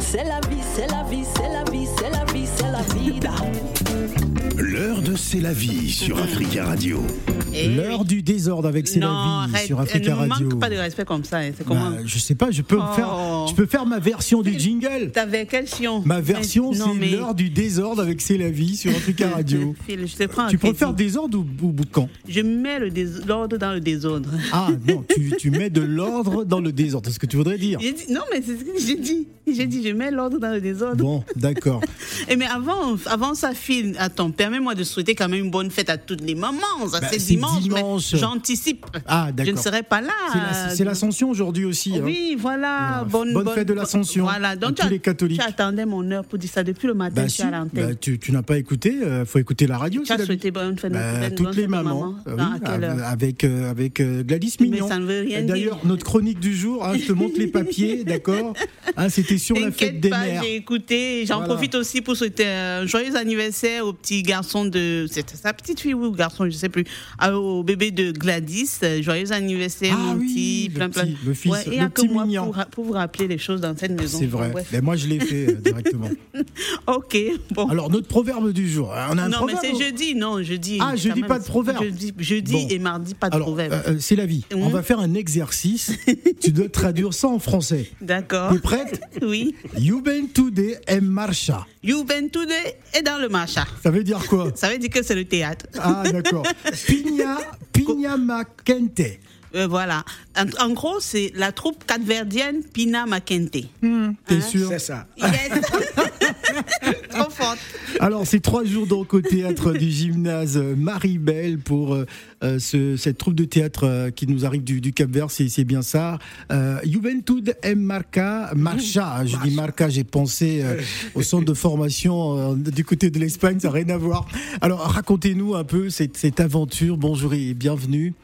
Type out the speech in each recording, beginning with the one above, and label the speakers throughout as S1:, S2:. S1: C'est la vie, c'est la vie, c'est la vie, c'est la vie, c'est la vida.
S2: L'heure de C'est la vie sur Africa Radio.
S3: Eh
S4: L'heure
S3: oui.
S4: du désordre avec C'est la
S3: non,
S4: vie
S3: arrête,
S4: sur Africa
S3: ne
S4: Radio.
S3: manque pas de respect comme ça. hein, C'est
S4: Bah,
S3: comment
S4: je sais pas, je peux me
S3: Oh.
S4: faire, je peux faire ma version du jingle.
S3: T'avais quel chion
S4: Ma version,
S3: Mais-
S4: c'est
S3: non, mais-
S4: l'heure du désordre avec C'est la vie sur Africa Radio.
S3: Phil, je te prends un
S4: Tu
S3: crédit.
S4: préfères désordre ou, ou boucan
S3: Je mets le désordre dans le désordre.
S4: Ah non, tu, tu mets de l'ordre dans le désordre, c'est ce que tu voudrais dire.
S3: J'ai dit- non, mais c'est ce que j'ai dit. J'ai dit, je mets l'ordre dans le désordre.
S4: Bon, d'accord.
S3: Et mais avant, avant ça, Phil, attends, permets-moi de souhaiter quand même une bonne fête à toutes les mamans. Ça,
S4: Bah,
S3: c'est
S4: c'est
S3: dimanche,
S4: dimanche.
S3: mais j'anticipe.
S4: Ah,
S3: je ne
S4: d'accord.
S3: serai pas là.
S4: C'est la- C'est l'ascension aujourd'hui aussi. hein.
S3: Oui,
S4: Voilà.
S3: voilà. Bonne,
S4: Bonne fête de l'Ascension
S3: Voilà.
S4: à
S3: Donc,
S4: tous
S3: tu-
S4: les catholiques.
S3: Tu attendais mon heure pour dire ça depuis le matin.
S4: Bah,
S3: je
S4: si,
S3: suis à l'antenne.
S4: bah, tu tu n'as pas écouté, euh, faut écouter la radio.
S3: tu as
S4: c'est la-
S3: souhaité bonne fête.
S4: Bah,
S3: bonne
S4: toutes
S3: fête
S4: les
S3: aux
S4: mamans, euh,
S3: Ah,
S4: oui,
S3: à quelle
S4: av-
S3: heure
S4: avec, euh, avec euh, Gladys
S3: Mais
S4: Mignon. Euh,
S3: ça ne veut rien dire.
S4: D'ailleurs, notre chronique du jour, hein, je te montre les papiers, d'accord Hein, C'était sur la fête
S3: T'inquiète
S4: des
S3: pas,
S4: mères.
S3: j'ai écouté. J'en
S4: Voilà.
S3: profite aussi pour souhaiter un joyeux anniversaire au petit garçon de. C'était sa petite fille ou garçon, je sais plus. Ah, Au bébé de Gladys. Euh, Joyeux anniversaire,
S4: Ah
S3: mon
S4: oui,
S3: petit.
S4: le petit- le fils,
S3: Ouais, et
S4: le
S3: à
S4: petit
S3: que moi
S4: mignon.
S3: pour, ra- pour vous rappeler les choses dans cette maison.
S4: C'est vrai.
S3: Bref.
S4: Mais moi, je l'ai fait euh, directement.
S3: Ok, bon.
S4: Alors, notre proverbe du jour. hein, On a un
S3: non, mais
S4: proverbe
S3: c'est
S4: ou-
S3: jeudi, non, jeudi.
S4: Ah, jeudi,
S3: quand
S4: pas de proverbe.
S3: Jeudi, jeudi
S4: Bon.
S3: et mardi, pas de
S4: Alors,
S3: proverbe.
S4: euh, euh, c'est la vie. On
S3: Hum.
S4: va faire un exercice. tu dois traduire ça en français.
S3: D'accord.
S4: T'es prête
S3: Oui.
S4: Yuben Tude em marcha.
S3: Juventude est dans le marcha.
S4: Ça veut dire quoi
S3: Ça veut dire que c'est le théâtre.
S4: Ah, d'accord. Pina, Pina Makente.
S3: Euh, voilà. En, en gros, c'est la troupe capverdienne Pina Makente.
S4: T'es
S3: Hein
S4: sûr
S5: C'est ça.
S3: Yes. Trop forte.
S4: Alors, c'est trois jours donc au théâtre du gymnase Marie-Belle pour euh, euh, ce- cette troupe de théâtre euh, qui nous arrive du, du Cap-Vert, c'est c'est bien ça. Euh, Juventud M. Marca, Marcha, hein, je dis Marca, j'ai pensé euh, au centre de formation euh, du côté de l'Espagne, ça n'a rien à voir. Alors, racontez-nous un peu cette, cette aventure. Bonjour et bienvenue.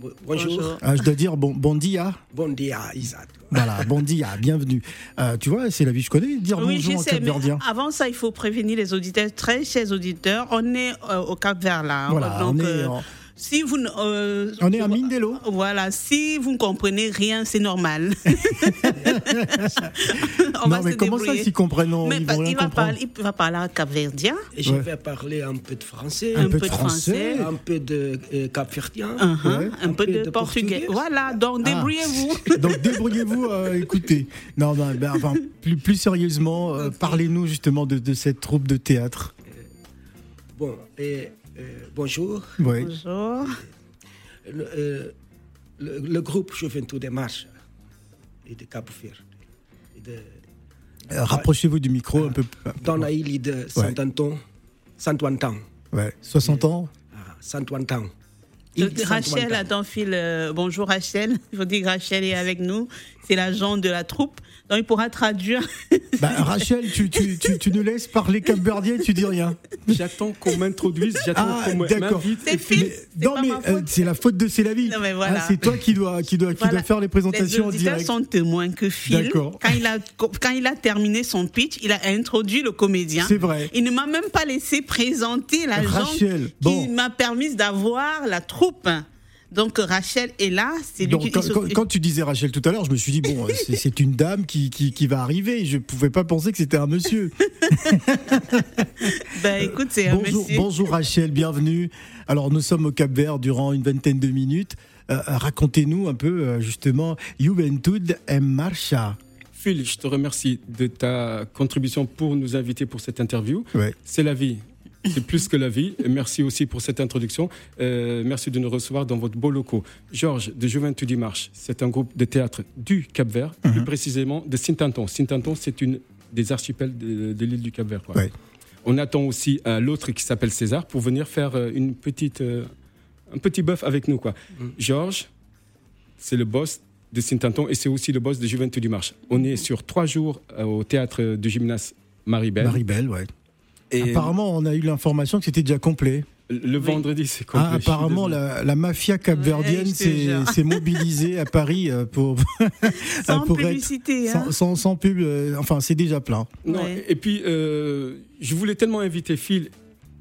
S5: Bo- Bonjour.
S3: Bonjour.
S4: Ah, je dois dire bon, bon dia.
S5: Bon dia, Isaac.
S4: Voilà, bon dia, bienvenue. Euh, tu vois, c'est la vie, je connais, dire
S3: Oui, je
S4: bonjour en
S3: sais, mais
S4: Cap-Verdien.
S3: avant ça, il faut prévenir les auditeurs, très chers auditeurs, on est euh, au Cap Vert là.
S4: Voilà,
S3: Donc,
S4: on est
S3: euh,
S4: en-
S3: si vous, ne- euh,
S4: On est à Mindelo.
S3: Voilà, si vous ne comprenez rien, c'est normal. on
S4: non, mais
S3: se
S4: comment ça
S3: débrouiller.
S4: s'ils comprennent non,
S3: Mais
S4: Ils
S3: parce
S4: vont rien
S3: qu'il va
S4: comprendre.
S3: parler, il va parler à Capverdien,
S5: Et je
S4: Ouais.
S5: vais parler un peu de français,
S4: Un
S5: un,
S4: peu de français.
S5: peu, de euh, capverdien.
S3: uh-huh,
S4: Ouais.
S3: un peu de, portugais. Voilà, donc
S4: Ah.
S3: débrouillez-vous.
S4: Donc débrouillez-vous, euh, écoutez. Non, ben, ben, enfin, plus, plus sérieusement, euh, parlez-nous justement de, de cette troupe de théâtre.
S5: Bon, et, euh, bonjour.
S4: Ouais.
S3: Bonjour.
S5: Le, euh, le, le groupe Juventud des Marches et de Cap Verde. et de-
S4: Euh, Rapprochez-vous du micro un peu.
S5: Dans la île de Saint-Anton, Saint-Anton.
S4: Ouais. 60 ans
S5: Ah, Saint-Anton. Île de
S3: Rachel,
S5: Saint-Anton.
S3: attends, Phil. euh, bonjour Rachel. Il faut dire que Rachel est avec nous. C'est l'agent de la troupe. Donc il pourra traduire.
S4: Bah, Rachel, tu, tu, tu, tu nous laisses parler capverdien et tu dis rien.
S6: J'attends qu'on m'introduise, j'attends
S4: Ah,
S6: qu'on m-
S4: d'accord.
S6: m'invite.
S3: C'est Phil.
S4: Mais-
S3: c'est
S4: non,
S3: pas
S4: mais
S3: ma faute.
S4: euh, c'est la faute de C'est la vie. Ah,
S3: Non, mais voilà.
S4: c'est toi qui dois, qui dois, qui
S3: Voilà.
S4: dois faire les
S3: Les
S4: présentations en
S3: auditeurs
S4: direct.
S3: sont témoins que Phil,
S4: D'accord.
S3: quand il, a, quand il a terminé son pitch, il a introduit le comédien.
S4: C'est vrai.
S3: Il ne m'a même pas laissé présenter la
S4: Rachel,
S3: qui
S4: bon.
S3: m'a permis d'avoir la troupe. Donc Rachel est là. C'est lui qui
S4: Donc, quand, quand- quand tu disais Rachel tout à l'heure, je me suis dit, bon, euh, c'est- c'est une dame qui, qui, qui va arriver. Je ne pouvais pas penser que c'était un monsieur.
S3: Bah, écoute, c'est un
S4: Bonjour,
S3: monsieur.
S4: bonjour Rachel, bienvenue. Alors, nous sommes au Cap Vert durant une vingtaine de minutes. Euh, Racontez-nous un peu, euh, justement, Juventud en Marcha.
S6: Phil, je te remercie de ta contribution pour nous inviter pour cette interview.
S4: Ouais.
S6: C'est la vie. C'est plus que la vie. Et Merci aussi pour cette introduction. Euh, merci de nous recevoir dans votre beau locaux. Georges, de Juventud Marche, c'est un groupe de théâtre du Cap-Vert,
S4: Mhm.
S6: plus précisément de Sintanton. Sintanton, c'est une des archipels de, de l'île du Cap-Vert. quoi.
S4: Ouais.
S6: On attend aussi euh, l'autre qui s'appelle César pour venir faire euh, une petite, euh, un petit bœuf avec nous. quoi.
S4: Mm.
S6: Georges, c'est le boss de Sintanton et c'est aussi le boss de Juventud Marche. On est sur trois jours euh, au théâtre euh, du gymnase Marie-Belle.
S4: Marie-Belle, ouais.
S6: Et-
S4: Apparemment, on a eu l'information que c'était déjà complet.
S6: Le vendredi, c'est complet.
S4: Ah,
S6: je suis
S4: apparemment,
S6: désolé.
S4: la, la mafia capverdienne
S3: Ouais, je te
S4: s'est
S3: jure.
S4: s'est mobilisée à Paris euh, pour,
S3: Sans
S4: pour être-
S3: publicité. hein.
S4: sans, sans- sans pub. euh, enfin, c'est déjà plein.
S6: Non,
S3: Ouais.
S6: Et puis, euh, je voulais tellement inviter Phil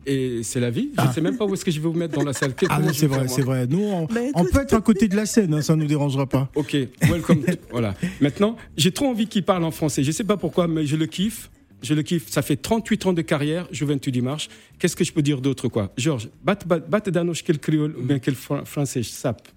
S6: et c'est la vie. Je ne sais même pas où est-ce que je vais vous mettre dans la salle.
S4: Ah
S6: Comment
S4: non,
S6: je
S4: c'est
S6: vais
S4: vrai,
S6: faire,
S4: c'est
S6: moi
S4: vrai. Nous, on,
S3: Bah,
S4: on
S3: écoute.
S4: peut être à côté de la scène, hein, ça ne nous dérangera pas.
S6: Ok, welcome. to- voilà. Maintenant, j'ai trop envie qu'il parle en français. Je ne sais pas pourquoi, mais je le kiffe. Je le kiffe. Ça fait 38 ans de carrière, Juventus Dimanche. Qu'est-ce que je peux dire d'autre, quoi Georges, bat, bat, bat danos quel créole ou bien quel fran- français, je sape.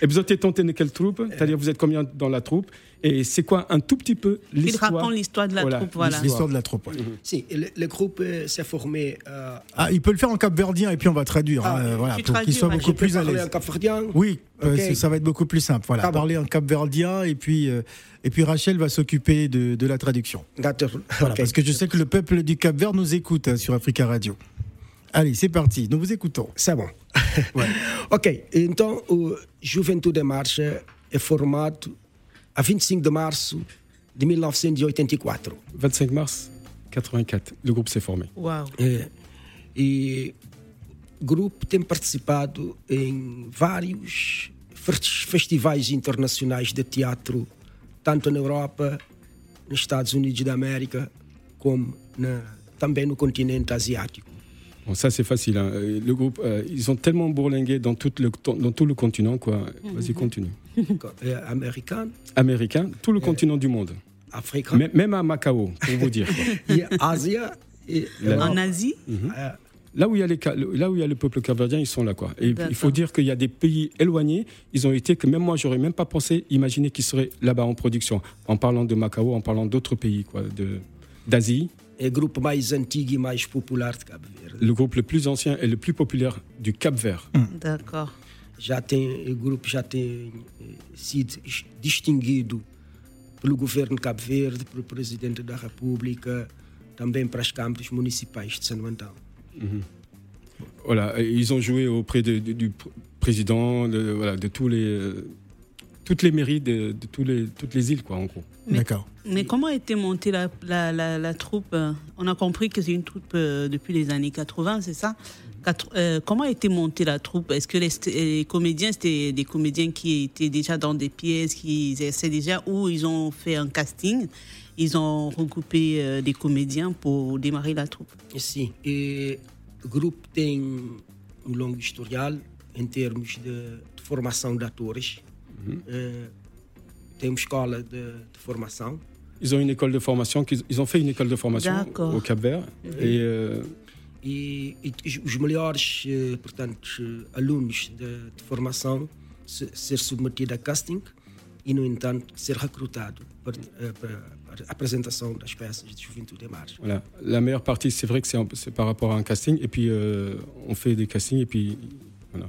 S6: Et vous êtes tenté de quelle troupe C'est-à-dire, vous êtes combien dans la troupe Et c'est quoi un tout petit peu
S3: Il
S6: l'histoire
S3: raconte l'histoire de la
S6: Voilà,
S3: troupe, voilà.
S4: L'histoire de la troupe. ouais.
S5: Si, le, le groupe euh, s'est formé. euh,
S4: Ah, il peut le faire en cap-verdien et puis on va traduire,
S5: Ah,
S4: hein, voilà,
S3: tu
S4: pour qu'il
S3: traduis,
S4: soit
S3: ouais.
S4: beaucoup
S5: je peux
S4: plus à
S5: parler
S4: l'aise.
S5: en capverdien.
S4: Oui, euh,
S5: Ok.
S4: c'est- ça va être beaucoup plus simple. Voilà,
S5: Pardon.
S4: parler en cap-verdien et puis euh, et puis Rachel va s'occuper de, de la traduction.
S5: D'accord.
S4: Voilà,
S5: Ok.
S4: parce que je sais que le peuple du Cap-Vert nous écoute hein, sur Africa Radio. Allez, c'est parti. Nous vous écoutons.
S5: C'est bon. é ok, então o Juventude em Marcha é formado a 25 de março de 1984.
S6: 25 mars 84, le groupe s'est formé.
S3: Waouh.
S5: É, e o grupo tem participado em vários fes- festivais internacionais de teatro, tanto na Europa, nos Estados Unidos da América, como na- também no continente asiático.
S6: Bon, ça c'est facile. hein. Euh, Le groupe, euh, ils ont tellement bourlingué dans, tout le, dans tout le continent, quoi.
S3: Mhm.
S6: Vas-y, continue.
S5: É, Americano,
S6: Américain, tout le continent du monde.
S5: África
S6: Mê- Même à Macao, pour vous dire. quoi.
S5: e Ásia. E,
S3: En Asie,
S5: é,
S6: Là où il y a les ca- là où il y a le peuple capverdien, ils sont là quoi. Et
S3: D'accord.
S6: il faut dire qu'il y a des pays éloignés, ils ont été que même moi j'aurais même pas pensé imaginer qu'ils seraient là-bas en production. En parlant de Macao, en parlant d'autres pays quoi, de d'Asie,
S5: é o grupo mais antigo e mais popular de Cabo Verde.
S6: le groupe le plus ancien et le plus populaire du Cap-Vert.
S3: Mm.
S4: hmm.
S3: d'accord.
S5: Já tem, o grupo já tem eh, sido es- distinguido pelo governo de Cabo Verde, pelo presidente da República, também para as câmaras municipais de São Antão.
S6: Voilà, et ils ont joué auprès de- du, du pr- président, de, voilà, de tous les euh, toutes les mairies de, de tous les toutes les îles quoi en gros.
S4: D'accord.
S3: Mais comment a été montée la, la, la, la troupe euh, On a compris que c'est une troupe euh, depuis les années 80, c'est ça Quatre- euh, Comment a été montée la troupe Est-ce que les, st- les comédiens, c'était des comédiens qui étaient déjà dans des pièces, qui essaient déjà, ou ils ont fait un casting Ils ont regroupé euh, des comédiens pour démarrer la troupe
S5: Sim, e o grupo tem um longo historial em termos de, de formação de atores. Eh, tem uma escola de, de formação.
S6: Ils ont une école de formation, qu'ils- ils ont fait une école de formation
S3: D'accord.
S6: au Cap-Vert et euh,
S5: e, e os- os melhores eh, portanto, eh, alunos de, de formação se- ser submetido a casting e, no entanto, ser recrutado para, eh, para, para a apresentação das peças de Juventude em Marcha.
S6: Voilà. La meilleure partie, c'est vrai que c'est un- c'est par rapport à un casting. Et puis, euh, on fait des castings. Et puis, voilà.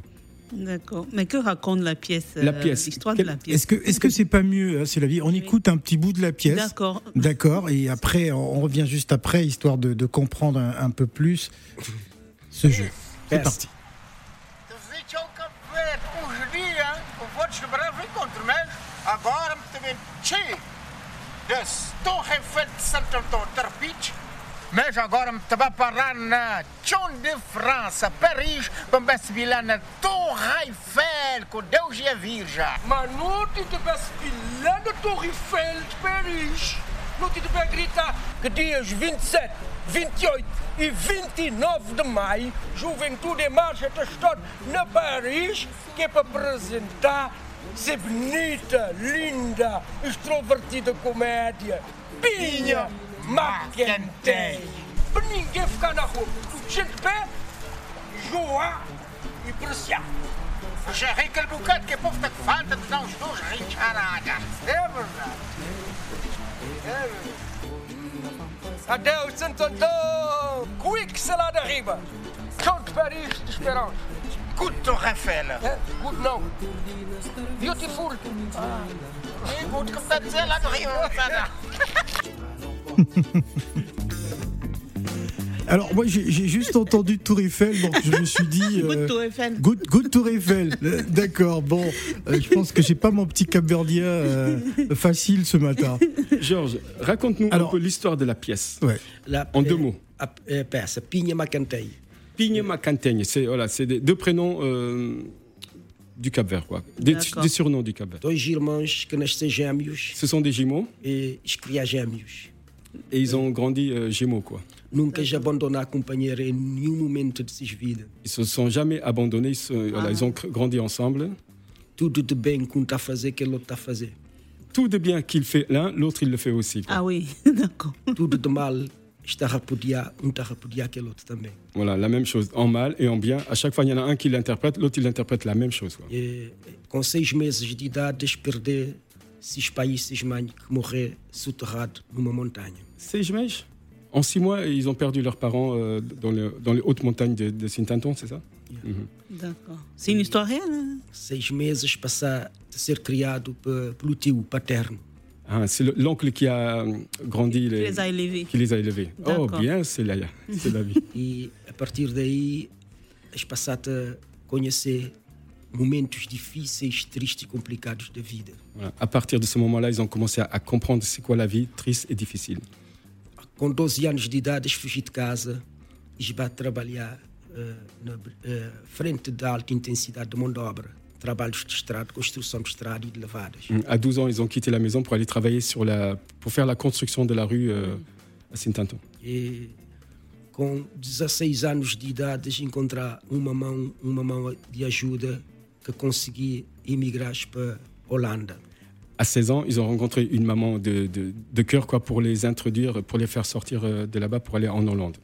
S3: D'accord. Mais que raconte la pièce euh,
S6: La pièce.
S3: L'histoire
S6: Quel-
S3: de la pièce.
S4: Est-ce que est-ce que c'est pas mieux hein, C'est la vie. On écoute un petit bout de la pièce.
S3: D'accord.
S4: D'accord. Et après, on on revient juste après, histoire de, de comprendre un, un peu plus ce jeu. C'est
S5: Yes.
S4: parti.
S7: Tu veš, kako je užlija, ko hočeš brati kontra mene, a govorim tebi, če, da sto hefet srcem to trpič, meš, a govorim tebe pa ran na čon de France, Pariz, pa bez bila na to hefet, ko del že virža.
S8: Maar nooit in de bespilende Torreveld, Paris. Nooit in de Begrita, die is 27, 28 e 29 de maio. Juventude em Marcha da Estado na Paris, que é para apresentar essa bonita, linda, extrovertida comédia. Pinha Macantei. Para ninguém ficar na rua. Gente pé, joar e preciar.
S7: Že rekel bi, kaj je pov tak fant, é da znaš duž ričarada. Evrna.
S8: Adeus, Santo Antão! Quick, salada arriba! São de Paris, de Esperança!
S7: Good to hefele.
S8: É? Good now! Beautiful!
S7: Ah. Ni gut, kam da cela do riva.
S4: Alors moi j'ai j'ai juste entendu Tour Eiffel, donc je me suis dit. euh,
S3: Good Tour Eiffel.
S4: Good, good Tour Eiffel. Euh, D'accord. Bon, euh, je pense que j'ai pas mon petit Capverdien euh, facile ce matin.
S6: Georges, raconte-nous un
S4: Alors-
S6: peu l'histoire de la pièce.
S4: Ouais.
S5: La-
S6: En
S5: eh,
S6: deux mots.
S5: A, eh, peça Pinha Macantei.
S6: Pigne Macantaigne. C'est voilà, c'est des- deux prénoms euh, du Cap-Vert, quoi. Des,
S3: D'accord.
S6: des surnoms du Cap-Vert.
S5: Dois irmãos que nascem gêmeos
S6: Ce sont des jumeaux.
S5: e escria gêmeos.
S6: Et ils ont grandi euh, gémeaux, quoi.
S5: Nunca já abandonar a companheira em nenhum momento de suas vidas.
S6: Ils se sont jamais abandonnés, ils, se- voilà, ils ont cr- grandi ensemble.
S5: Tudo de bem que um está a fazer, que ele outro está a fazer.
S6: Tout de bien qu'il fait l'un, l'autre, il le fait aussi. quoi.
S3: Ah oui, d'accord.
S5: Tudo de mal está a repudiar, um está a repudiar aquele outro também.
S6: Voilà, la même chose, en mal et en bien. À chaque fois, il y en a un qui l'interprète, l'autre, il interprète la même chose. quoi.
S5: E, Eh, com seis meses de idade, eles perder seis pais, seis mães que morrer soterrado numa montanha.
S6: C'est Jmesh En six mois, ils ont perdu leurs parents euh, dans, le- dans les hautes montagnes de, de Sintanton, c'est ça
S3: D'accord. C'est une histoire réelle hein
S5: Seis meses passar de ser criado pe- pelo tio paterno.
S6: Ah, C'est le- l'oncle qui a euh, grandi,
S3: Qui
S6: les-
S3: les a élevés.
S6: qui les a élevés. Oh,
S3: D'accord.
S6: bien, c'est la, c'est la vie.
S5: E a partir daí, eles passaram a conhecer momentos difíceis, tristes e complicados da vida.
S6: Voilà. À partir de ce moment-là, ils ont commencé à, à comprendre c'est quoi la vie triste et difficile.
S5: Com 12 anos de idade, eles fugi de casa e vá trabalhar eh, na br- eh, frente da alta intensidade de mão de obra. Trabalhos de estrada, construção de estrada e de lavadas.
S6: À 12 ans, ils ont quitté la maison pour aller travailler sur la, pour faire la construction de la rue euh, à Sintanton.
S5: E com 16 anos de idade, eles encontrar uma mão, uma mão de ajuda que consegui emigrar para Holanda.
S6: À 16 ans, ils ont rencontré une maman de, de, de cœur quoi, pour les introduire, pour les faire sortir euh, de là-bas pour aller en Hollande.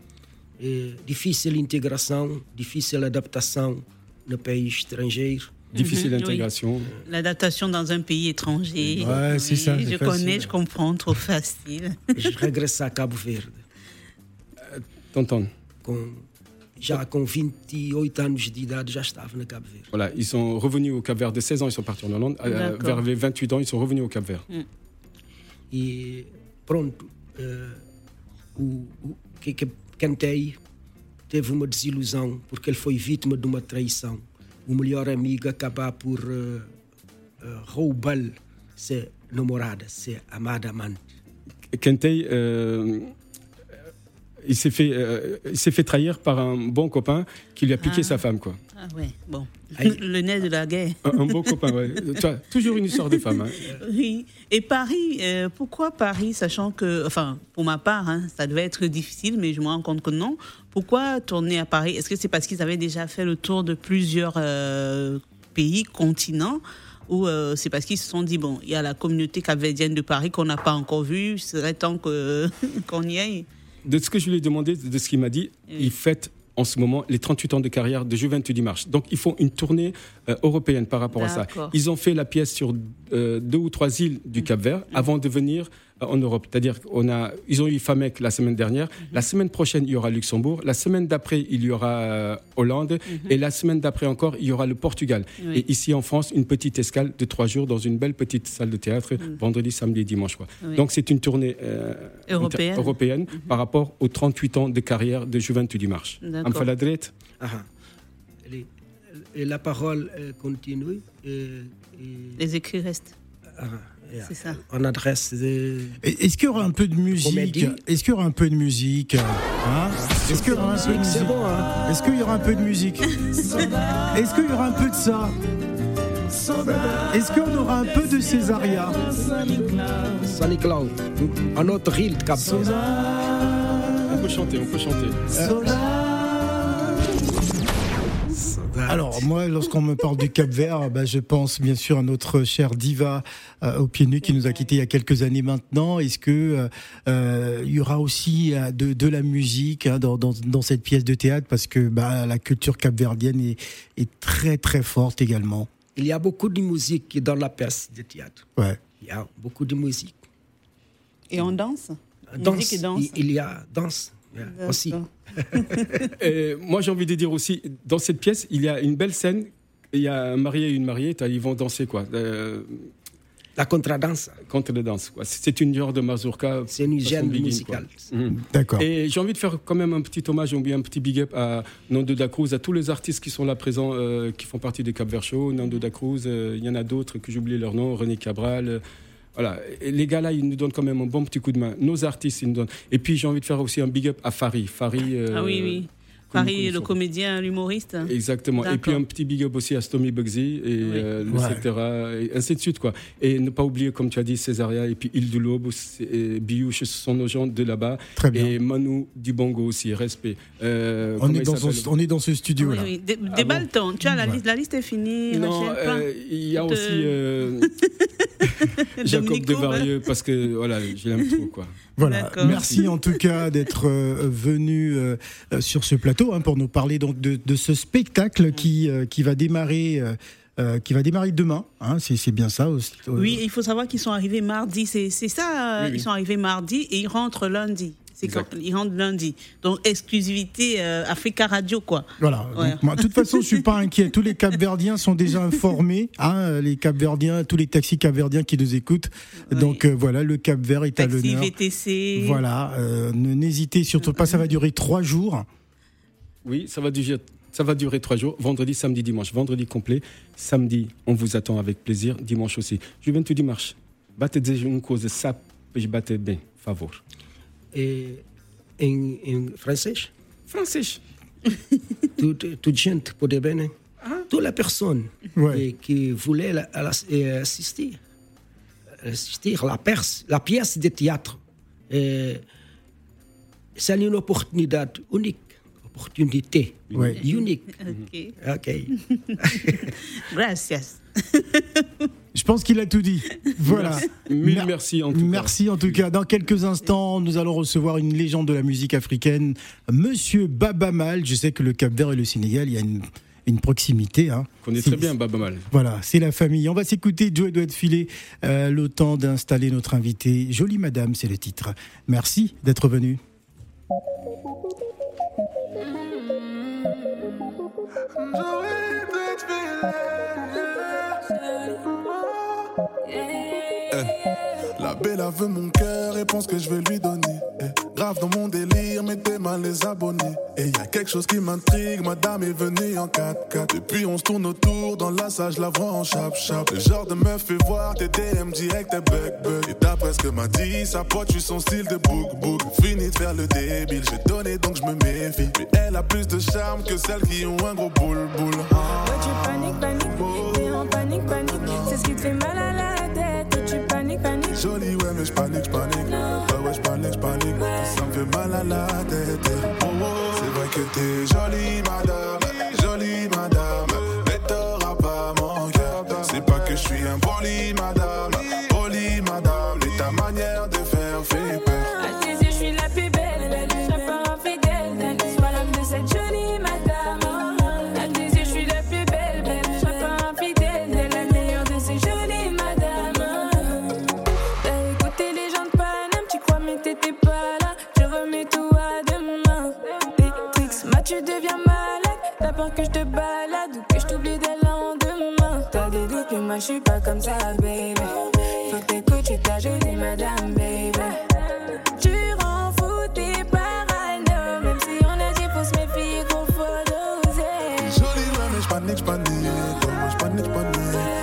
S5: É difícil integração, difícil adaptação no país estrangeiro.
S6: Difficile
S3: Mhm, oui.
S6: intégration.
S3: L'adaptation dans un pays étranger.
S4: Ouais, c'est ça, c'est
S3: Je
S4: facile.
S3: connais, je comprends, trop facile.
S5: Eles regressar a Cabo Verde.
S6: T'entends
S5: Com, já com 28 anos de idade, já estava na Cabo Verde.
S6: Voilà, ils sont revenus au Cap-Vert de 16 ans, ils sont partis en Hollande. Euh,
S3: D'accord. Mm.
S6: vers les 28 ans, ils sont revenus au Cap-Vert.
S5: E pronto, eh, o, o que, que cantei teve uma desilusão, porque ele foi vítima de uma traição. O melhor amigo acabar por eh, eh, roubá-lo, ser namorada, ser amada amante.
S6: Kentei, euh, il s'est fait, euh, il s'est fait trahir par un bon copain qui lui a piqué sa femme, quoi.
S3: Ah ouais, bon.
S5: Aïe.
S3: Le nez de la guerre.
S4: Oh,
S6: Un, un beau copain, ouais. Tu vois, toujours une histoire de femme. hein.
S3: Oui. Et Paris, euh, pourquoi Paris, sachant que, enfin, pour ma part, hein, ça devait être difficile, mais je me rends compte que non. Pourquoi tourner à Paris Est-ce que c'est parce qu'ils avaient déjà fait le tour de plusieurs euh, pays, continents ou euh, c'est parce qu'ils se sont dit, bon, il y a la communauté capverdienne de Paris qu'on n'a pas encore vue, il serait temps que- qu'on y aille.
S6: De ce que je lui ai demandé, de ce qu'il m'a dit, il fête en ce moment les 38 ans de carrière de Juventus Dimanche. Donc ils font une tournée euh, européenne par rapport à ça.
S3: D'accord. Mm.
S6: Ils ont fait la pièce sur euh, deux ou trois îles du Cap-Vert avant de venir euh, en Europe. C'est-à-dire qu'on a, ils ont eu Famec la semaine dernière.
S3: Mm-hmm.
S6: La semaine prochaine il y aura Luxembourg. La semaine d'après il y aura euh, Hollande et la semaine d'après encore il y aura le Portugal.
S3: Mm-hmm. Oui.
S6: Et ici en France une petite escale de trois jours dans une belle petite salle de théâtre vendredi, samedi, et dimanche. quoi.
S3: Mm. Oui.
S6: Donc c'est une tournée euh,
S3: Européenne.
S6: inter- européenne par rapport aux 38 ans de carrière de Juventus Dimanche.
S3: D'accord.
S6: Enfin, la droite,
S5: Aham. Ele, eh, la parole eh, continue. eh, eh,
S3: Les écrits restent,
S5: aham, yeah.
S3: c'est ça.
S5: En adresse de.
S4: Et- Est-ce qu'il y aura un peu de musique
S5: Comédie.
S4: Est-ce qu'il y aura un peu de musique hein Est-ce qu'il y aura un peu de musique
S5: C'est bon, hein?
S4: Est-ce qu'il y aura un peu de musique Est-ce qu'il y aura un peu de ça Est-ce qu'on aura un peu de Césaria
S5: Sonic Cloud, un autre reel de Cabo Verde.
S6: on peut chanter, on peut chanter.
S4: Euh,
S5: Ah,
S4: Alors moi, lorsqu'on me parle du Cap Vert, bah, je pense bien sûr à notre chère diva euh, au pied nu qui nous a quittés il y a quelques années maintenant. Est-ce que euh, euh, il y aura aussi euh, de, de la musique hein, dans, dans- dans cette pièce de théâtre parce que bah, la culture capverdienne est, est très très forte également.
S5: Il y a beaucoup de musique dans la pièce de théâtre.
S4: Ouais.
S5: Il y a beaucoup de musique.
S3: Et on danse
S5: Danse,
S3: Musique et danse.
S5: il- il y a danse yeah, aussi.
S3: D'accord.
S6: Et moi, j'ai envie de dire aussi, dans cette pièce, il y a une belle scène. Il y a un marié et une mariée, t'as- ils vont danser, quoi. Euh,
S5: La contradanse,
S6: contre les danses, quoi. C'est une genre de mazurka.
S5: c'est une
S6: façon
S5: gêne
S6: begin, quoi.
S5: musicale.
S4: D'accord.
S6: Et j'ai envie de faire quand même un petit hommage, ou bien un petit big up à Nando da Cruz, à tous les artistes qui sont là présents, euh, qui font partie des Cap Vert Show. Nando da Cruz, euh, il y en a d'autres que j'oublie leur nom, René Cabral. euh, voilà, Et les gars là, ils nous donnent quand même un bon petit coup de main. Nos artistes, ils nous donnent. Et puis j'ai envie de faire aussi un big up à Farid. Farid. euh,
S3: Ah oui, oui. Paris, le
S6: connaissons.
S3: comédien, l'humoriste.
S6: Exactement. Et puis
S3: D'accord.
S6: un petit big up aussi à Stomy Bugsy, et, euh, le
S4: Ouais.
S6: Sectera, et ainsi de suite. Quoi. Et ne pas oublier, comme tu as dit, Césaria et puis Île du Lobe, c'est- et Biouche, ce sont nos gens de là-bas.
S4: Très bien.
S6: Et Manu Dubongo aussi, respect. Euh,
S4: On
S6: comment
S4: est,
S6: il
S4: dans son-
S6: s'appelle
S4: on est dans ce studio
S3: Oui,
S4: là.
S3: oui. Dé- déballe ton. Tu as la liste. La liste est finie.
S6: Ah Non,
S3: Rachel, pas.
S6: euh, il y a
S3: De-
S6: aussi euh, Jacob
S3: Dominique
S6: Devarieux, parce que voilà, je l'aime trop. Quoi.
S4: Voilà.
S3: D'accord.
S4: Merci en tout cas d'être euh, venu euh, euh, sur ce plateau hein, pour nous parler donc de, de ce spectacle qui, euh, qui va démarrer. euh, euh, qui va démarrer demain, hein, c'est c'est bien ça. euh, au- au-
S3: Oui, il faut savoir qu'ils sont arrivés mardi. C'est c'est ça. euh,
S6: Oui, oui.
S3: Ils sont arrivés mardi et ils rentrent lundi. C'est quand
S6: Exact.
S3: ils rentrent lundi. Donc exclusivité euh, Africa Radio quoi.
S4: Voilà.
S3: Ouais.
S4: Donc, moi, de toute façon, je suis pas inquiet. Tous les Capverdiens sont déjà informés, hein, les Capverdiens, tous les taxis Capverdiens qui nous écoutent.
S3: Oui.
S4: Donc euh, voilà, le Cap Vert est à
S3: Taxi,
S4: l'honneur.
S3: VTC.
S4: Voilà. euh, ne n'hésitez surtout pas. Ça va durer trois jours.
S6: Oui, ça va durer. Ça va durer trois jours, vendredi, samedi, dimanche. Vendredi complet, samedi, on vous attend avec plaisir, dimanche aussi. Juventus dimanche, battez une cause sap, je battez bien, favor.
S5: É, em, em francês?
S6: Francês.
S5: Tudo, tudo gente, poder bem, né?
S3: Ah.
S5: Toda pessoa
S4: Ouais.
S5: que, que voulait la- la- eh, assistir, assistir la, perse, la pièce de théâtre, eh, c'est une opportunité unique. Opportunité
S4: Ouais.
S5: unique.
S3: Ok.
S5: Ok.
S3: Gracias.
S4: Je pense qu'il a tout dit. Voilà.
S6: Mille
S4: Mer-
S6: merci en tout cas.
S4: Merci en tout cas. Dans quelques instants, nous allons recevoir une légende de la musique africaine, Monsieur Babamal. Je sais que le Cap Vert et le Sénégal, il y a une, une proximité. Hein.
S6: On connaît
S4: C'est-
S6: très bien Babamal.
S4: Voilà, c'est la famille. On va s'écouter. Joe doit être filé. Euh, le temps d'installer notre invité. Jolie Madame, c'est le titre. Merci d'être venu.
S9: Eh, La belle a veut mon cœur et pense que je vais lui donner. Eh, grave dans mon délire, mettez mal les abonnés. Et y a quelque chose qui m'intrigue, madame est venue en 4x4. Et puis on se tourne autour, dans la salle, je la vois en chap-chap. Le genre de meuf fait voir tes DM direct, t'es bug-bug. Et d'après ce que m'a dit, sa pote, tu son style de book-book. Fini de faire le débile, j'ai donné donc je me méfie. Mais elle a plus de charme que celles qui ont un gros boule-boule. Ah.
S10: Toi tu paniques, paniques, t'es en panique, panique. C'est ce qui te fait mal à la tête. Toi tu paniques, paniques.
S9: Jolie, ouais, mais j'panique, j'panique. Ah ouais, j'panique, j'panique. Ça me fait mal à la tête. eh. Oh, oh. C'est vrai que t'es jolie, madame. Jolie, madame. Mais t'auras pas mon cœur. C'est pas que j'suis un poli, madame. Poli, madame. Mais ta manière de faire fait peur.
S10: À tes yeux, je suis la plus belle. La plus la part infidèle. T'as le soin l'homme de cette jolie madame. À tes yeux, je suis la plus belle. Belle, la part infidèle. T'es la meilleure de ces jolies madames. T'as écouté les gens de Paname, tu crois mais t'étais pas là. Je remets tout à demain. Des tricks, ma tu deviens malade. T'as peur que je te balade ou que je t'oublie dès le lendemain. T'as des doutes, mais moi je suis pas comme ça, baby. Faut que t'écoutes, je suis ta jolie madame, baby. Tu rends fou tes parano, même si on a dit faut se méfier qu'on faut doser.
S9: Jolie, ouais, mais j'panique, j'panique. Ah ouais, j'panique, j'panique.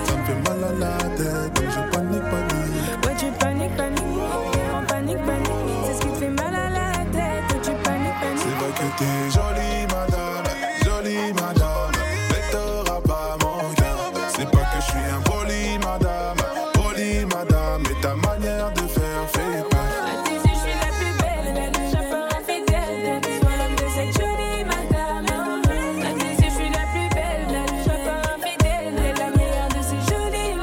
S9: Ça me fait mal à la tête. Donc je panique, panique.
S10: Ouais, tu paniques, paniques, t'es en panique, panique. C'est ce qui te fait mal à la tête. Ouais, tu paniques,
S9: C'est
S10: paniques.
S9: vrai que t'es jolie, madame, jolie, madame. Mais t'auras pas mon cœur. C'est pas que je suis un poli, madame, poli, madame. Mais ta manière de faire fait peur.
S10: À tes yeux, je suis la plus belle, la plus infidèle. Sois l'homme de cette jolie madame. À tes yeux, je suis la plus belle, la plus infidèle. Et la meilleure de ces jolies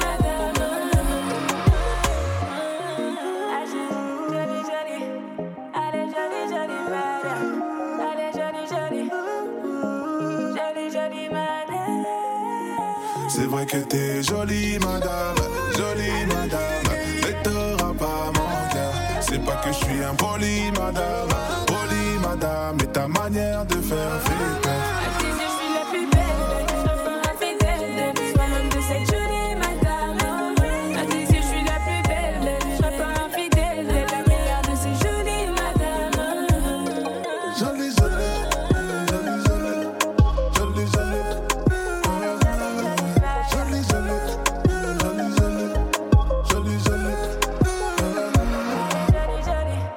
S10: madames.
S9: C'est vrai que t'es jolie, madame, jolie, madame. Mais t'auras pas mon cœur. C'est pas que je suis un poli, madame, poli, madame. Mais ta manière de faire fait peur.